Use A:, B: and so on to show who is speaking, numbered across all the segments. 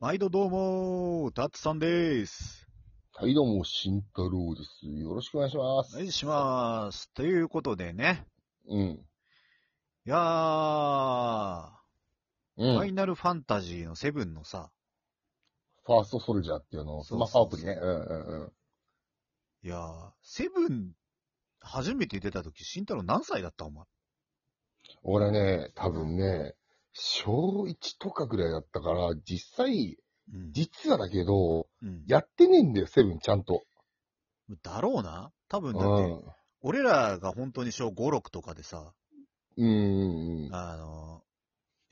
A: 毎度どうも、たつさんです。
B: はい、どうも、慎太郎です。よろしくお願いします。
A: お願いします。ということでね、
B: うん。
A: いやー、
B: うん。
A: ファイナルファンタジーのセブンのさ、
B: ファーストソルジャーっていうの、ス
A: そうそうそう
B: マホアプリね。うんうんうん。
A: いやー、セブン、初めて出た時、慎太郎何歳だったお前。
B: 俺ね、多分ね、小1とかぐらいだったから、実際、
A: うん。
B: 実はだけど、
A: うん、
B: やってねえんだよ、セブン、ちゃんと。
A: だろうな多分
B: う
A: だって、
B: ん。
A: 俺らが本当に小5、6とかでさ、
B: うんうん。
A: あの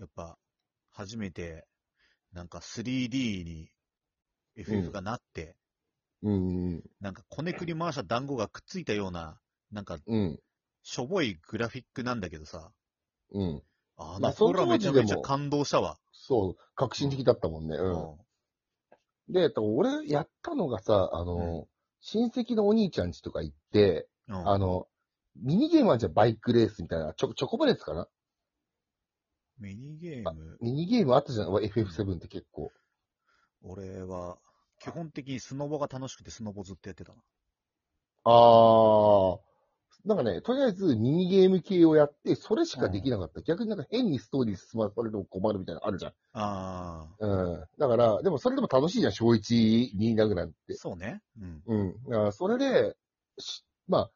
A: ー、やっぱ、初めて、なんか 3D に FF がなって、
B: うん
A: なんかこねくり回した団子がくっついたような、なんか
B: うん。うん。
A: しょぼいグラフィックなんだけどさ、
B: うん。
A: あ
B: ま
A: の
B: あそ
A: 頃
B: の
A: はめちゃめちゃ
B: 当時でも
A: 感動したわ。
B: そう、革新的だったもんね。
A: う
B: う
A: ん。
B: んん。で、多分俺、やったのがさ、あの、親戚のお兄ちゃんちとか行って、
A: うん
B: あの、ミニゲームあるじゃん、バイクレースみたいな。チョチョコバレースかな
A: ミニゲーム、
B: ミニゲームあったじゃん、FF7 って結構。
A: 俺は、基本的にスノボが楽しくてスノボずっとやってたな。
B: あー。なんかね、とりあえずミニゲーム系をやって、それしかできなかった。逆になんか変にストーリー進まされるのも困るみたいなのあるじゃん。
A: あ
B: うん。だから、でもそれでも楽しいじゃん、小1になぐなん
A: ー、
B: て。
A: そうね。うん。
B: うん。だからそれで、しまあ、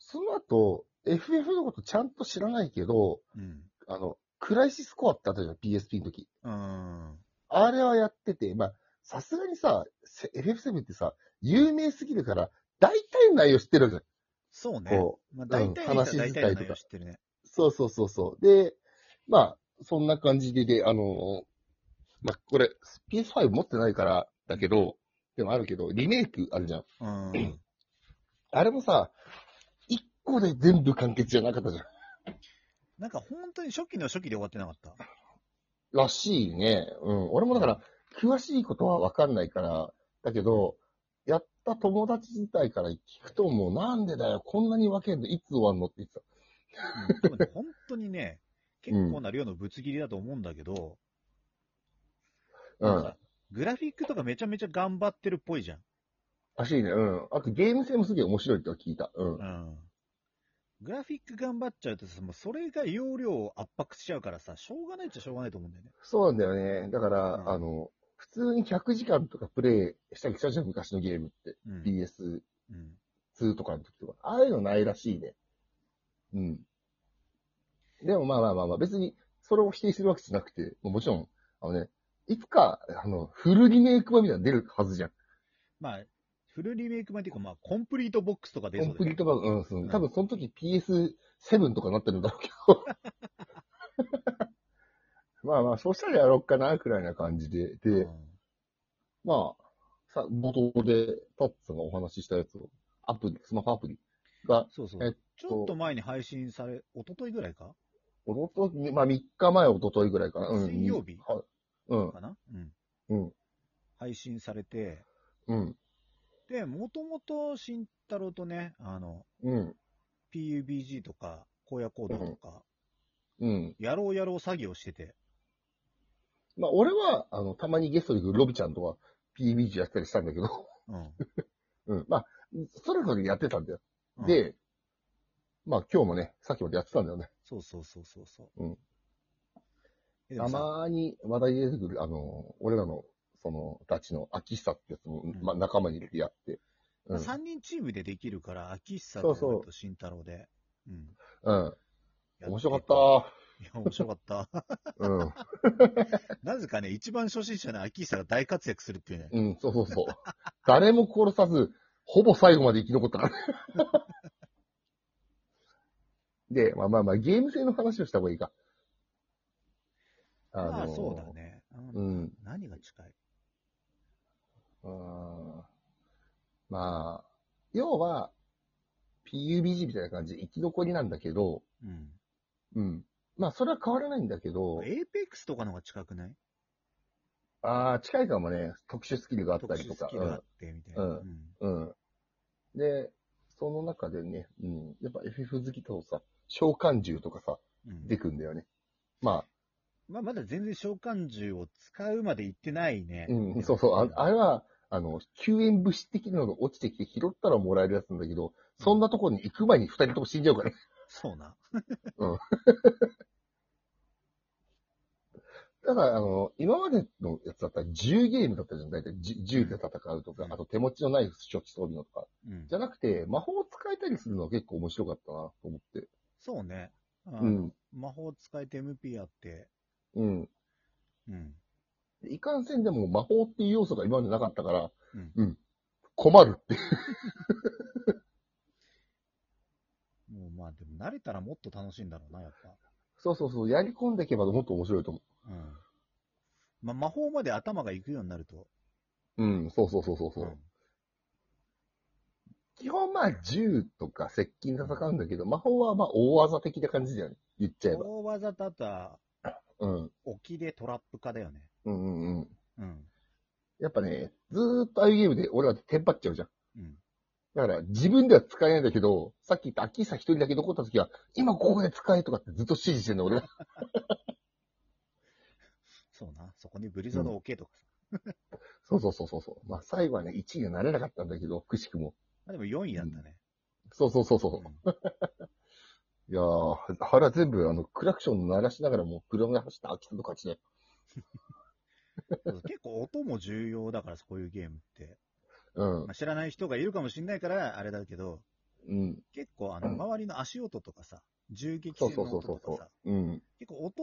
B: その後、FF のことちゃんと知らないけど、
A: うん。
B: あの、クライシスコアってあったじゃん、PSP の時。
A: うん。
B: あれはやってて、まあ、さすがにさ、せ FF7 ってさ、有名すぎるから、大体の内容知ってるわけじ
A: そう
B: ゃん。
A: ね。
B: こ
A: まあ、大体の人は大体の内容知ってるね。
B: うそうそうそうそう。で、まあ、そんな感じで、で、あの、まあ、これ、PS5 持ってないから、だけど、でもあるけど、リメイクあるじゃん。
A: うん。
B: あれもさ、一個で全部完結じゃなかったじゃん。
A: なんか本当に初期の初期で終わってなかった。
B: らしいね。うん。俺もだから、詳しいことはわかんないから、だけど、やった友達自体から聞くと、もうなんでだよ、こんなに分けんの、いつ終わんのって言ってた。
A: うん多分ね、本当にね、結構な量のぶつ切りだと思うんだけど、
B: う
A: なん
B: ん
A: か。グラフィックとかめちゃめちゃ頑張ってるっぽいじゃん。
B: らしいね。うん。あとゲーム性もすげえ面白いっては聞いた。うん。
A: うん。グラフィック頑張っちゃうとさ、もうそれが容量を圧迫しちゃうからさ、しょうがないっちゃしょうがないと思うんだよね。
B: そうなんだよね。だから、
A: うん
B: あの、普通に100時間とかプレイしたりしたじゃん、昔のゲームって。
A: うん。
B: PS2
A: うん、
B: とかの時とか。ああいうのないらしいね。うん。でもまあまあまあまあ、別に、それを否定するわけじゃなくて、もうもちろん、あのね、いつか、あの、フルリメイク版みたいなの出るはずじゃん。
A: まあ、フルリメイク版っていうか、まあ、コンプリートボックスとか出
B: コ
A: そう
B: ン
A: だ
B: プリ
A: よ
B: ート版、うん、そ
A: うん
B: の多分その時 PS7 とかなってるんだろうけ ど。まあまあ、そしたらやろうかな、くらいな感じで。で、まあ、さ、冒頭で、タッツさんがお話ししたやつを、アプリ、スマホアプリが
A: うん、、そうそ
B: えっ
A: う。ちょっと前に配信され、一昨日ぐらいか
B: おととまあ3日前、おとといぐらいかな。うん。
A: 水曜日
B: はうん、
A: かなうん。
B: うん、
A: 配信されて、
B: うん、
A: で、もともと慎太郎とね、あの、
B: うん、
A: PUBG とか、荒野行動とか、
B: うん。
A: やろうやろう詐欺をしてて、
B: まあ俺は、あの、たまにゲストで行くロビちゃんとは PBG やったりしたんだけど、
A: うん。
B: うん。まあ、それぞれやってたんだよ。
A: うん、
B: で、まあ今日もね、さっきまでやってたんだよね。
A: そうそうそうそうそうう。
B: ん
A: え。で
B: た
A: もさ
B: まに話題に出てくる、あの、俺らの、その、たちの秋久ってやつも、
A: ん
B: まあ仲間に入れてやって。う
A: まあ、
B: ん。
A: 3人チームでできるから、秋久
B: そ
A: と
B: うそう
A: 山と慎太郎で。うん。
B: うん。面白かった
A: た。いや、面白かった。
B: た。うん。
A: なぜかね、一番初心者の秋久が大活躍するっていうね。
B: うん、そうそうそう。誰も殺さず、ほぼ最後まで生き残ったからね。 で、まあまあまあ、ゲーム性の話をした方がいいか。あ
A: まあ、そうだね。あの
B: うん。
A: 何が近い
B: うんまあ、要は、PUBG みたいな感じで生き残りなんだけど、
A: うん。
B: うん。まあ、それは変わらないんだけど、
A: エーペックスとかの方が近くない
B: ああ、近いかもね、特殊スキルがあっ
A: 特
B: たり
A: 殊
B: と
A: ス
B: か。
A: キルがあって、みたいな。
B: う
A: うん
B: ん。うん。で、その中でね、うん、やっぱ FF 好きとさ、召喚獣とかさ、
A: うん
B: 出てくんだよね。まあ、
A: まあ、まだ全然召喚獣を使うまで行ってないね。
B: うん、そうそう。ああれは、あの、救援物資的なのが落ちてきて拾ったらもらえるやつなんだけど、そんなところに行く前に二人とも死んじゃうから。
A: そうな。
B: だから、あの、今までのやつだったら銃ゲームだったじゃん。だいたいじ銃で戦うとか
A: う、ん
B: あと手持ちのナイフ処置するのとか。
A: うん
B: じ。ゃなくて、魔法を使えたりするのは結構面白かったな、と思って。
A: そうね。あ
B: うん。
A: 魔法使えて MP あって、
B: うん。
A: うん。
B: いかんせんでも魔法っていう要素が今までなかったから、
A: うん
B: 困るって。
A: もうまあでも慣れたらもっと楽しいんだろうな、やっぱ。
B: そうそうそう、やり込んでいけばもっと面白いと思
A: うん。まあ魔法まで頭が行くようになると。
B: う。うん、そうそうそうそうそう。
A: ん
B: 基本まあ銃とか接近で戦うんだけど、魔法はまあ大技的な感じだよね。言っちゃえば。
A: 大技だったら、
B: うん。
A: 沖でトラップ化だよね。
B: うんうんうん。
A: うん。
B: やっぱね、ずーっとああいうゲームで俺はテンパっちゃうじゃん。
A: うん。
B: だから自分では使えないんだけど、さっき言った秋さ一人だけ残った時は、今ここで使えとかってずっと指示してんの俺は。
A: そうな。そこにブリザード置けとかさ。
B: そうそうそうそうそう。まあ最後はね、1位にはなれなかったんだけど、くしくも。
A: あでも4位だったね。
B: そうそうそうそ
A: う
B: う。
A: ん
B: いやー、腹全部、あの、クラクション鳴らしながらもう車で走った秋田の勝ちだよ。
A: そう結構音も重要だから、こういうゲームって。
B: うん
A: まあ、知らない人がいるかもしれないから、あれだけど、。
B: うん。
A: 結構あの、
B: うん
A: 周りの足音とかさ、銃撃
B: そう
A: 戦
B: そ
A: の
B: う
A: 音
B: そうそ
A: と
B: う
A: かさ、
B: そう。うん。
A: 結構音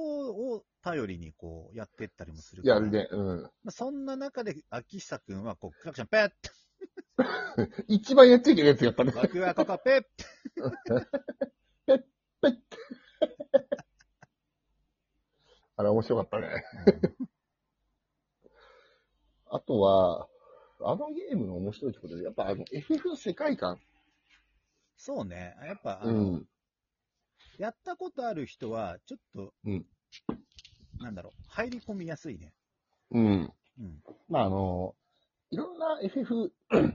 A: を頼りにこう、やってったりもするから。
B: やるね。うん。
A: まあ、そんな中で、秋久くんは、こう、クラクション、ペッ
B: 一番やっちゃいけないやつやったね。
A: 僕はここ、ペッ
B: あれ面白かったね。あとは、あのゲームの面白いところで、やっぱあの FF の世界観。
A: そうね。やっぱ、あ
B: う
A: の
B: ん。
A: やったことある人は、ちょっと、
B: うん
A: なんだろう、入り込みやすいね。
B: うん。
A: うん。
B: まああの、いろんな FF、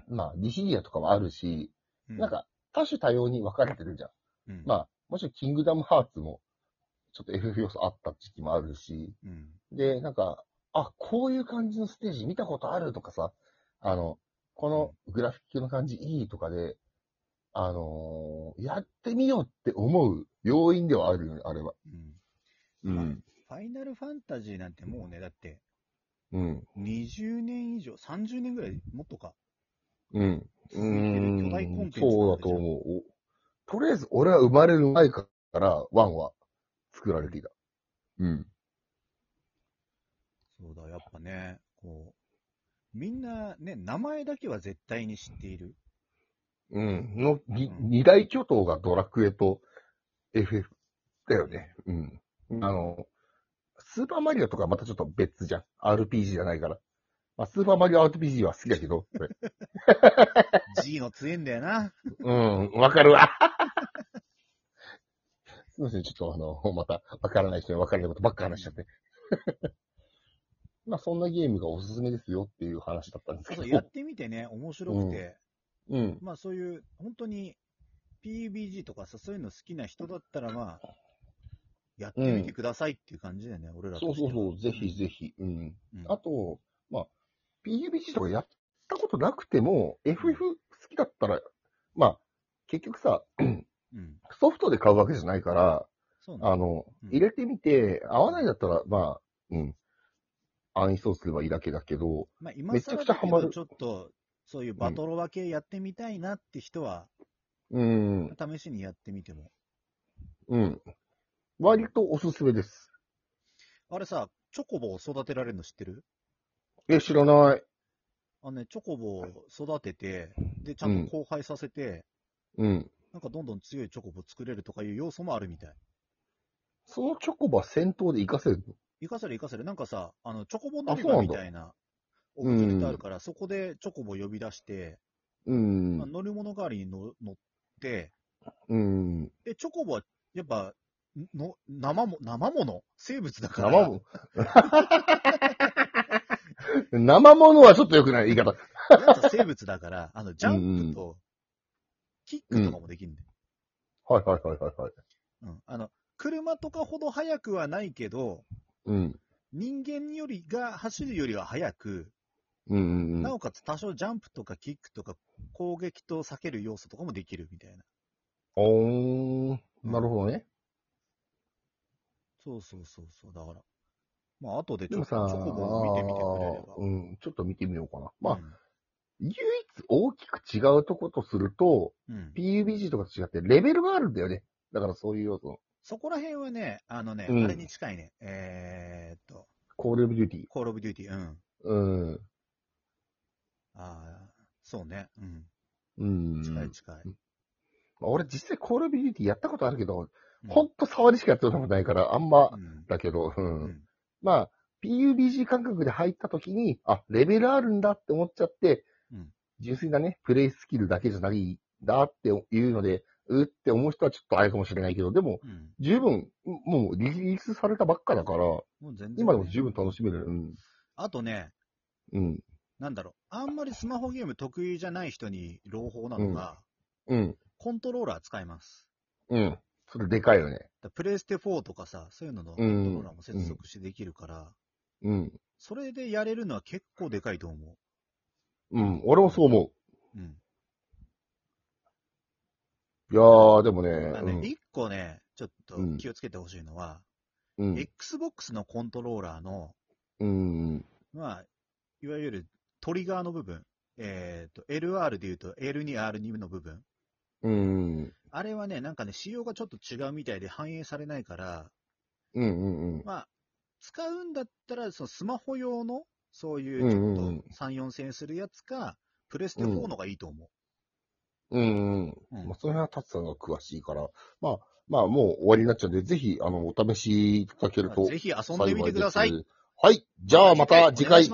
B: まあ ディシリアとかはあるし、
A: う
B: なん、か多種多様に分かれてるじゃん。
A: うん、
B: まあ、もちろんキングダムハーツも、ちょっと FF 要素あった時期もあるし、
A: うん。
B: で、なんか、あ、こういう感じのステージ見たことあるとかさ、あの、このグラフィックの感じいいとかで、あのーやってみようって思う要因ではあるよね、あれは。
A: うん。
B: う。
A: ファイナルファンタジーなんてもうね、だって、
B: うん。
A: 20年以上、30年ぐらい、もっとか。
B: うん。
A: 続いてる巨大コンテンツなんでしょ
B: そうだと思う。おとりあえず、俺は生まれる前から、ワンは作られていた。うん。
A: そうだ、やっぱね、こう、みんなね、名前だけは絶対に知っている。
B: うん。の、に
A: うん
B: 二大巨頭がドラクエと FF だよね。うん。あの、スーパーマリオとかまたちょっと別じゃん。RPG じゃないから。まあ、スーパーマリオ RPG は好きだけ ど、これ
A: G の強えんだよな。
B: うん、わかるわ。 すいません、ちょっとあの、また、わからない人にわからないことばっか話しちゃって。 まあ、そんなゲームがおすすめですよっていう話だったんです
A: そうそ
B: け
A: う
B: ど。
A: やってみてね、面白くて、
B: うん。
A: まあそういう、本当に PUBG とかさ、そういうの好きな人だったら、まあ、やってみてくださいっていう感じだよね、俺ら
B: そ
A: と
B: う
A: して
B: そ
A: は
B: うそう、ぜひぜひ。うん。
A: うん
B: あと、まあ、PUBG とかやったことなくても、FF 好きだったら、まあ、結局さ、
A: うん。
B: ソフトで買うわけじゃないから、
A: そうなんだ
B: あの、
A: うん
B: 入れてみて、合わないだったら、まあ、うん。アンインストールすればいいだけだけど、
A: まあ今更だけ
B: めちゃくちゃハマ
A: ど、
B: る
A: ちょっと、そういうバトロワ系やってみたいなって人は、
B: うん、
A: 試しにやってみても。
B: うん。割とおすすめです。
A: あれさ、チョコボを育てられるの知ってる
B: え、知らない。
A: あのね、チョコボを育てて、で、ちゃんと交配させて、
B: うん。
A: なんかどんどん強いチョコボ作れるとかいう要素もあるみたい。
B: そのチョコバ戦闘で活かせる
A: 生かせる生かせる。なんかさ、あの、チョコボ乗り
B: あそう
A: 場
B: なん
A: み
B: だ
A: たいな、オブジェクトあるから、そこでチョコボ呼び出して、
B: う
A: まあ
B: ん。
A: 乗り物代わりにの乗って、
B: うん。
A: で、チョコボは、やっぱ、の、生も、生物生物だから。
B: 生も、生も のはちょっと良くない言い方。
A: やつは生物だから、あの、ジャンプと、キックとかもできるんだよ。
B: はいはいはいはいはい。
A: うん。あの、車とかほど速くはないけど、
B: うん。
A: 人間よりが走るよりは速く、
B: うんうんう。
A: なんおかつ多少ジャンプとかキックとか攻撃と避ける要素とかもできるみたいな。
B: おー、なるほどね。
A: そうそうそうそう。だから。まあ、後でち
B: で
A: ょ
B: も
A: っとチ
B: さ、
A: ョコボを見てみてくれれば。
B: うん、ちょっと見てみようかな。まあ、
A: うん
B: 唯一大きく違うとことすると、
A: うん。
B: PUBG とかと違ってレベルがあるんだよね。だからそういう要素。
A: そこら辺はね、あのね、
B: うん
A: あれに近いね。えーっと、
B: コールオブデューティー。
A: コールオブデューティー。うん。
B: うん。
A: ああ、そうね。うん。
B: うん。
A: 近い近い。
B: 俺実際コールオブデューティーやったことあるけど、
A: うん
B: ほんと触りしかやってたことないから、あんま
A: う、ん。
B: だけど、う。
A: うんん。
B: まあ、PUBG 感覚で入った時に、あ、レベルあるんだって思っちゃって、
A: うん
B: 純粋なね、プレイスキルだけじゃないんだっていうので、うって思う人はちょっとあれかもしれないけど、でも、
A: うん。
B: 十分、もうリリースされたばっかだから、
A: もう全然、
B: 今でも十分楽しめる。うん。
A: あとね、
B: うん。
A: なんだろう。あんまりスマホゲーム得意じゃない人に朗報なのが、
B: うん。
A: コントローラー使います。
B: うん。それでかいよね。
A: だからプレイステ4とかさ、そういうののコントローラーも接続してできるから、
B: うん。
A: それでやれるのは結構でかいと思
B: うん。俺もそう思
A: う。うん。
B: う。いやー、でもね、
A: ただね、一個ね、ちょっと
B: うん
A: 気をつけてほしいのは、
B: うん。
A: Xbox のコントローラーの、
B: うん。うん。
A: まあ、いわゆるトリガーの部分、えっ、と、LR で言うと L2、R2 の部分。
B: うん。
A: あれはね、なんかね、仕様がちょっと違うみたいで反映されないから、
B: うんうんうん。
A: まあ、使うんだったら、そのスマホ用の、そういううんち
B: うんう
A: ょ
B: ん
A: っと3、4千円するやつか、プレステ4の方がいいと思
B: うんうん。
A: う。うん
B: まあ、その辺は達さんが詳しいから、まあ、まあ、もう終わりになっちゃうんで、ぜひ、あの、お試しいただける
A: まあ
B: と幸い
A: ぜ
B: です。
A: ひ遊んでみてください。
B: はい。じゃあ、また
A: 次
B: 次
A: 回お願い
B: 回
A: し。